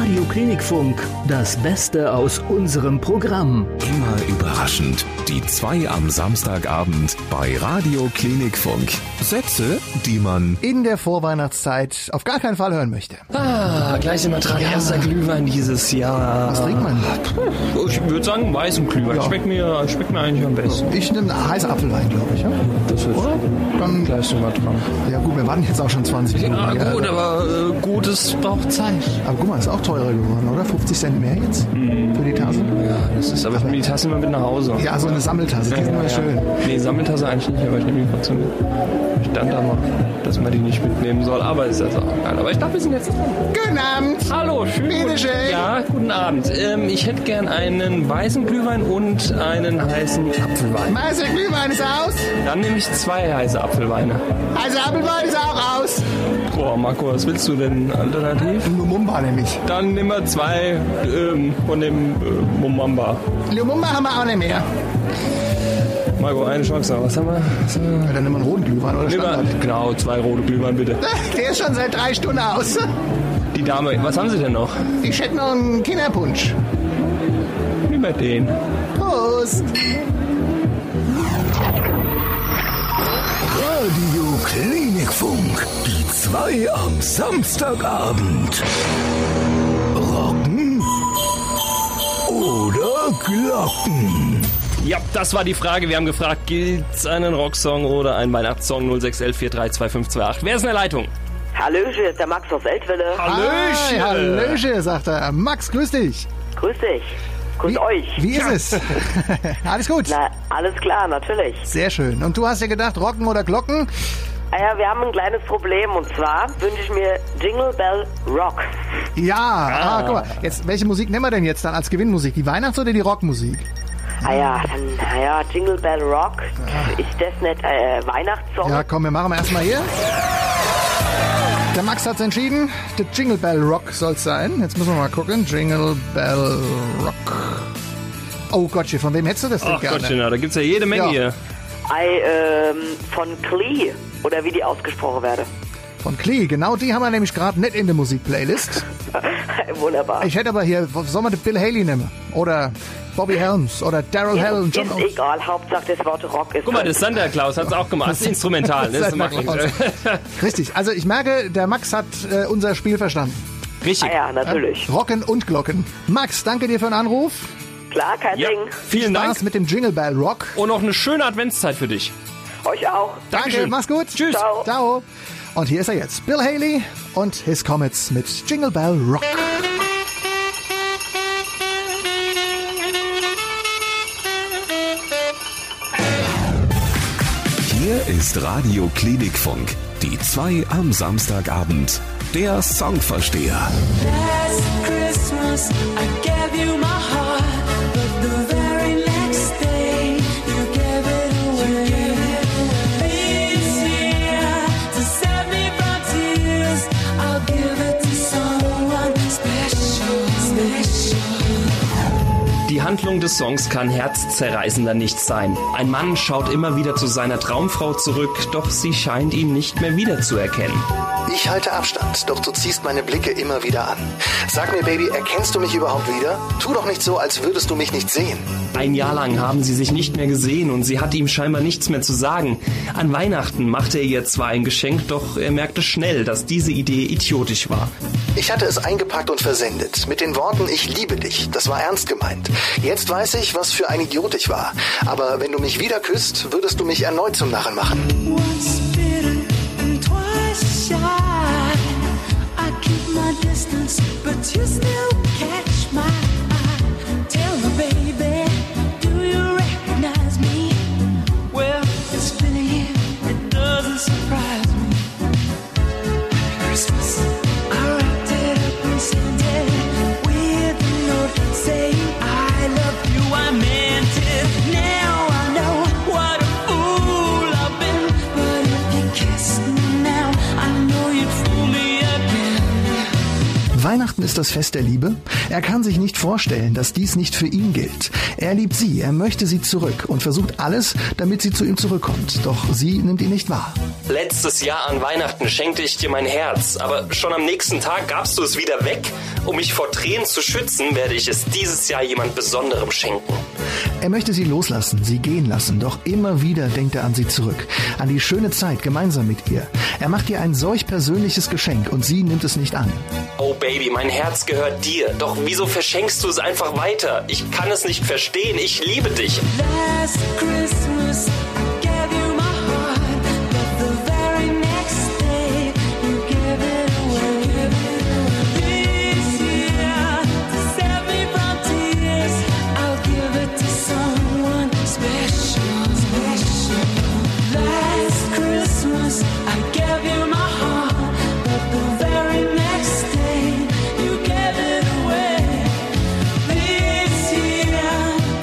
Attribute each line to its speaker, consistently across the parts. Speaker 1: Radio Klinikfunk. Das Beste aus unserem Programm.
Speaker 2: Immer überraschend. Die zwei am Samstagabend bei Radio Klinikfunk. Sätze, die man
Speaker 3: in der Vorweihnachtszeit auf gar keinen Fall hören möchte.
Speaker 4: Ah, gleich sind wir dran. Erster Glühwein dieses Jahr.
Speaker 3: Was trinkt man?
Speaker 4: Ich würde sagen, weißen Glühwein.
Speaker 3: Ja.
Speaker 4: Schmeckt, mir, schmeckt mir eigentlich am besten.
Speaker 3: Ich nehme einen heißen Apfelwein, glaube ich. Ja?
Speaker 4: Das ist
Speaker 3: Dann,
Speaker 4: Gleich sind wir dran.
Speaker 3: ja gut, wir waren jetzt auch schon 20 Minuten.
Speaker 4: Ah,
Speaker 3: ja.
Speaker 4: gut, aber äh, gutes braucht Zeit.
Speaker 3: Aber guck mal, ist auch teurer geworden, oder? 50 Cent mehr jetzt
Speaker 4: Mhm.
Speaker 3: für die Tasse?
Speaker 4: Ja, das ist, aber ich nehme die Tasse immer mit nach Hause.
Speaker 3: Ja, so eine Sammeltasse, die ist immer schön.
Speaker 4: Nee, Sammeltasse eigentlich nicht, aber ich nehme die trotzdem mit. Ich stand da mal, dass man die nicht mitnehmen soll, aber ist jetzt auch geil. Aber ich glaube, wir sind jetzt dran.
Speaker 3: Guten Abend!
Speaker 4: Hallo, schön.
Speaker 3: Bitte schön.
Speaker 4: Ja, guten Abend. Ähm, ich hätte gern einen weißen Glühwein und einen heißen Apfelwein.
Speaker 3: Meister Glühwein ist aus!
Speaker 4: Dann nehme ich zwei heiße Apfelweine.
Speaker 3: Also Apfelwein ist auch aus!
Speaker 4: Boah, Marco, was willst du denn alternativ?
Speaker 3: Lumumba nämlich.
Speaker 4: Dann nehmen wir zwei ähm, von dem äh, Mumamba.
Speaker 3: Lumumba haben wir auch nicht mehr.
Speaker 4: Marco, eine Chance noch. Was haben wir? Was haben wir?
Speaker 3: Ja, dann nehmen wir einen roten Glühwein oder
Speaker 4: Nehmen
Speaker 3: Standard.
Speaker 4: wir- Genau, zwei rote Glühwein bitte.
Speaker 3: Der ist schon seit drei Stunden aus.
Speaker 4: Die Dame, was haben Sie denn noch?
Speaker 3: Ich hätte noch einen Kinderpunsch.
Speaker 4: Nehmen wir den.
Speaker 3: Prost!
Speaker 2: Radio Klinikfunk. Die zwei am Samstagabend. Rocken oder Glocken?
Speaker 4: Ja, das war die Frage. Wir haben gefragt, gilt's einen Rocksong oder einen Weihnachtssong 0611432528? Wer ist in der Leitung?
Speaker 5: Hallöche, ist der Max aus Eltville.
Speaker 3: Hi, Hallöche, sagt er. Max, grüß dich.
Speaker 5: Grüß dich. Grüß
Speaker 3: Wie,
Speaker 5: euch.
Speaker 3: wie ist es? Alles gut.
Speaker 5: Na, alles klar, natürlich.
Speaker 3: Sehr schön. Und du hast ja gedacht, Rocken oder Glocken?
Speaker 5: Ah Ja, wir haben ein kleines Problem und zwar wünsche ich mir Jingle Bell Rock.
Speaker 3: Ja, ah. guck mal. Jetzt, welche Musik nehmen wir denn jetzt dann als Gewinnmusik? Die Weihnachts- oder die Rockmusik?
Speaker 5: Ah ja,
Speaker 3: Hm.
Speaker 5: dann, ah ja, Jingle Bell Rock. Ist das nicht äh, Weihnachtssong?
Speaker 3: Ah. Ja, komm, wir machen wir erstmal hier. Der Max hat's entschieden. Der Jingle Bell Rock soll's sein. Jetzt müssen wir mal gucken. Jingle Bell Rock. Oh Gottchen, von wem hättest du das denn
Speaker 4: Ach
Speaker 3: gerne?
Speaker 4: Gottchen, da gibt's ja jede Menge
Speaker 3: Ja.
Speaker 4: hier.
Speaker 5: Ei, ähm, von Klee oder wie die ausgesprochen werde.
Speaker 3: Von Klee, genau die haben wir nämlich gerade nicht in der Musikplaylist.
Speaker 5: Wunderbar.
Speaker 3: Ich hätte aber hier, sollen wir den Bill Haley nehmen? Oder Bobby Helms oder Daryl Hell und
Speaker 5: ist
Speaker 3: John Oates.
Speaker 5: egal, Hauptsache das Wort Rock ist
Speaker 4: Guck mal,
Speaker 5: drin.
Speaker 4: das Sander Klaus hat's auch gemacht. Das ist instrumental. ne? Das
Speaker 3: Santa
Speaker 4: mag ich.
Speaker 3: Claus. Richtig, also ich merke, der Max hat äh, unser Spiel verstanden.
Speaker 4: Richtig.
Speaker 5: Ah ja, natürlich.
Speaker 3: Rocken und Glocken. Max, danke dir für den Anruf.
Speaker 5: Klar, kein
Speaker 4: Ja,
Speaker 5: Ding.
Speaker 4: vielen
Speaker 3: Spaß
Speaker 4: Dank
Speaker 3: mit dem Jingle Bell Rock.
Speaker 4: und noch eine schöne Adventszeit für dich.
Speaker 5: Euch auch.
Speaker 3: Danke,
Speaker 4: Dankeschön.
Speaker 3: mach's gut.
Speaker 4: Tschüss.
Speaker 5: Ciao.
Speaker 3: Ciao. Und hier ist er jetzt, Bill Haley und His Comets mit Jingle Bell Rock.
Speaker 2: Hier ist Radio Klinikfunk. Die zwei am Samstagabend. Der Songversteher.
Speaker 6: Last Christmas, I gave you my heart, but the very next day you gave it away. This year, to save me from tears, I'll give it to someone special, special.
Speaker 4: Die Handlung des Songs kann herzzerreißender nicht sein. Ein Mann schaut immer wieder zu seiner Traumfrau zurück, doch sie scheint ihn nicht mehr wiederzuerkennen.
Speaker 7: Ich halte Abstand, doch du ziehst meine Blicke immer wieder an. Sag mir, Baby, erkennst du mich überhaupt wieder? Tu doch nicht so, als würdest du mich nicht sehen.
Speaker 4: Ein Jahr lang haben sie sich nicht mehr gesehen und sie hat ihm scheinbar nichts mehr zu sagen. An Weihnachten machte er ihr zwar ein Geschenk, doch er merkte schnell, dass diese Idee idiotisch war.
Speaker 7: Ich hatte es eingepackt und versendet. Mit den Worten, ich liebe dich. Das war ernst gemeint. Jetzt weiß ich, was für ein Idiot ich war. Aber wenn du mich wieder küsst, würdest du mich erneut zum Narren machen.
Speaker 6: Once bitter and twice shy. I keep my distance, but you still catch my eye. Tell me, baby, do you recognize me? Well, it's been a year, it doesn't surprise me. Happy Christmas. I wrapped it up and sent it with a note saying I love you. I meant it. Now I know what a fool I've been. But if you kissed me now, I know you'd fool me again.
Speaker 3: Weihnachten ist das Fest der Liebe. Er kann sich nicht vorstellen, dass dies nicht für ihn gilt. Er liebt sie, er möchte sie zurück und versucht alles, damit sie zu ihm zurückkommt. Doch sie nimmt ihn nicht wahr.
Speaker 4: Letztes Jahr an Weihnachten schenkte ich dir mein Herz, aber schon am nächsten Tag gabst du es wieder weg. Um mich vor Tränen zu schützen, werde ich es dieses Jahr jemand Besonderem schenken.
Speaker 3: Er möchte sie loslassen, sie gehen lassen, doch immer wieder denkt er an sie zurück, an die schöne Zeit gemeinsam mit ihr. Er macht ihr ein solch persönliches Geschenk und sie nimmt es nicht an.
Speaker 4: Oh Baby, mein Herz gehört dir. Doch wieso verschenkst du es einfach weiter? Ich kann es nicht verstehen. Ich liebe dich.
Speaker 6: Last Christmas, I gave you my heart, but the very next day you gave it away. This year, to save me from tears, I'll give it to someone special. Special. Last Christmas, I gave you my heart, but the very next day you gave it away. This year,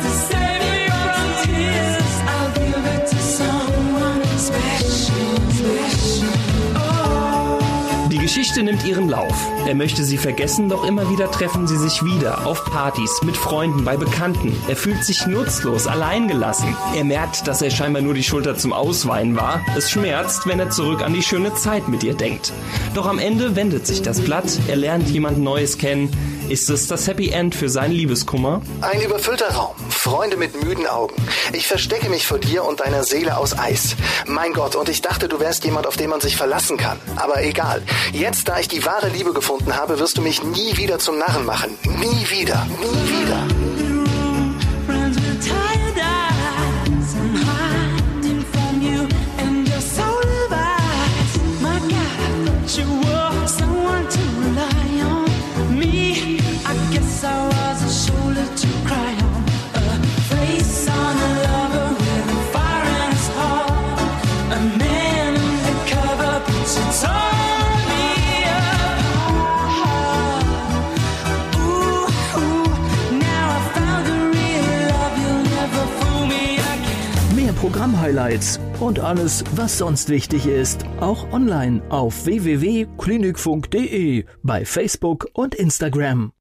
Speaker 6: to save me from tears, I'll give it to someone special, special. Oh.
Speaker 4: Die Geschichte nimmt ihren Lauf. Er möchte sie vergessen, doch immer wieder treffen sie sich wieder. Auf Partys, mit Freunden, bei Bekannten. Er fühlt sich nutzlos, alleingelassen. Er merkt, dass er scheinbar nur die Schulter zum Ausweinen war. Es schmerzt, wenn er zurück an die schöne Zeit mit ihr denkt. Doch am Ende wendet sich das Blatt. Er lernt jemand Neues kennen. Ist es das Happy End für seinen Liebeskummer?
Speaker 3: Ein überfüllter Raum, Freunde mit müden Augen. Ich verstecke mich vor dir und deiner Seele aus Eis. Mein Gott, und ich dachte, du wärst jemand, auf den man sich verlassen kann. Aber egal. Jetzt, da ich die wahre Liebe gefunden habe, wirst du mich nie wieder zum Narren machen. Nie wieder. Nie wieder.
Speaker 6: Friends with tired eyes, I'm hiding from you and your soul of eyes. My God, I thought you were someone to rely on. Me, I guess I was a shoulder to cry on. A face on a lover with a fire in his heart. A man undercover, but she tore me apart. Ooh, ooh, now I found the real love. You'll never fool me again.
Speaker 1: Mehr Programm-Highlights und alles, was sonst wichtig ist, auch online auf www.klinikfunk.de, bei Facebook und Instagram.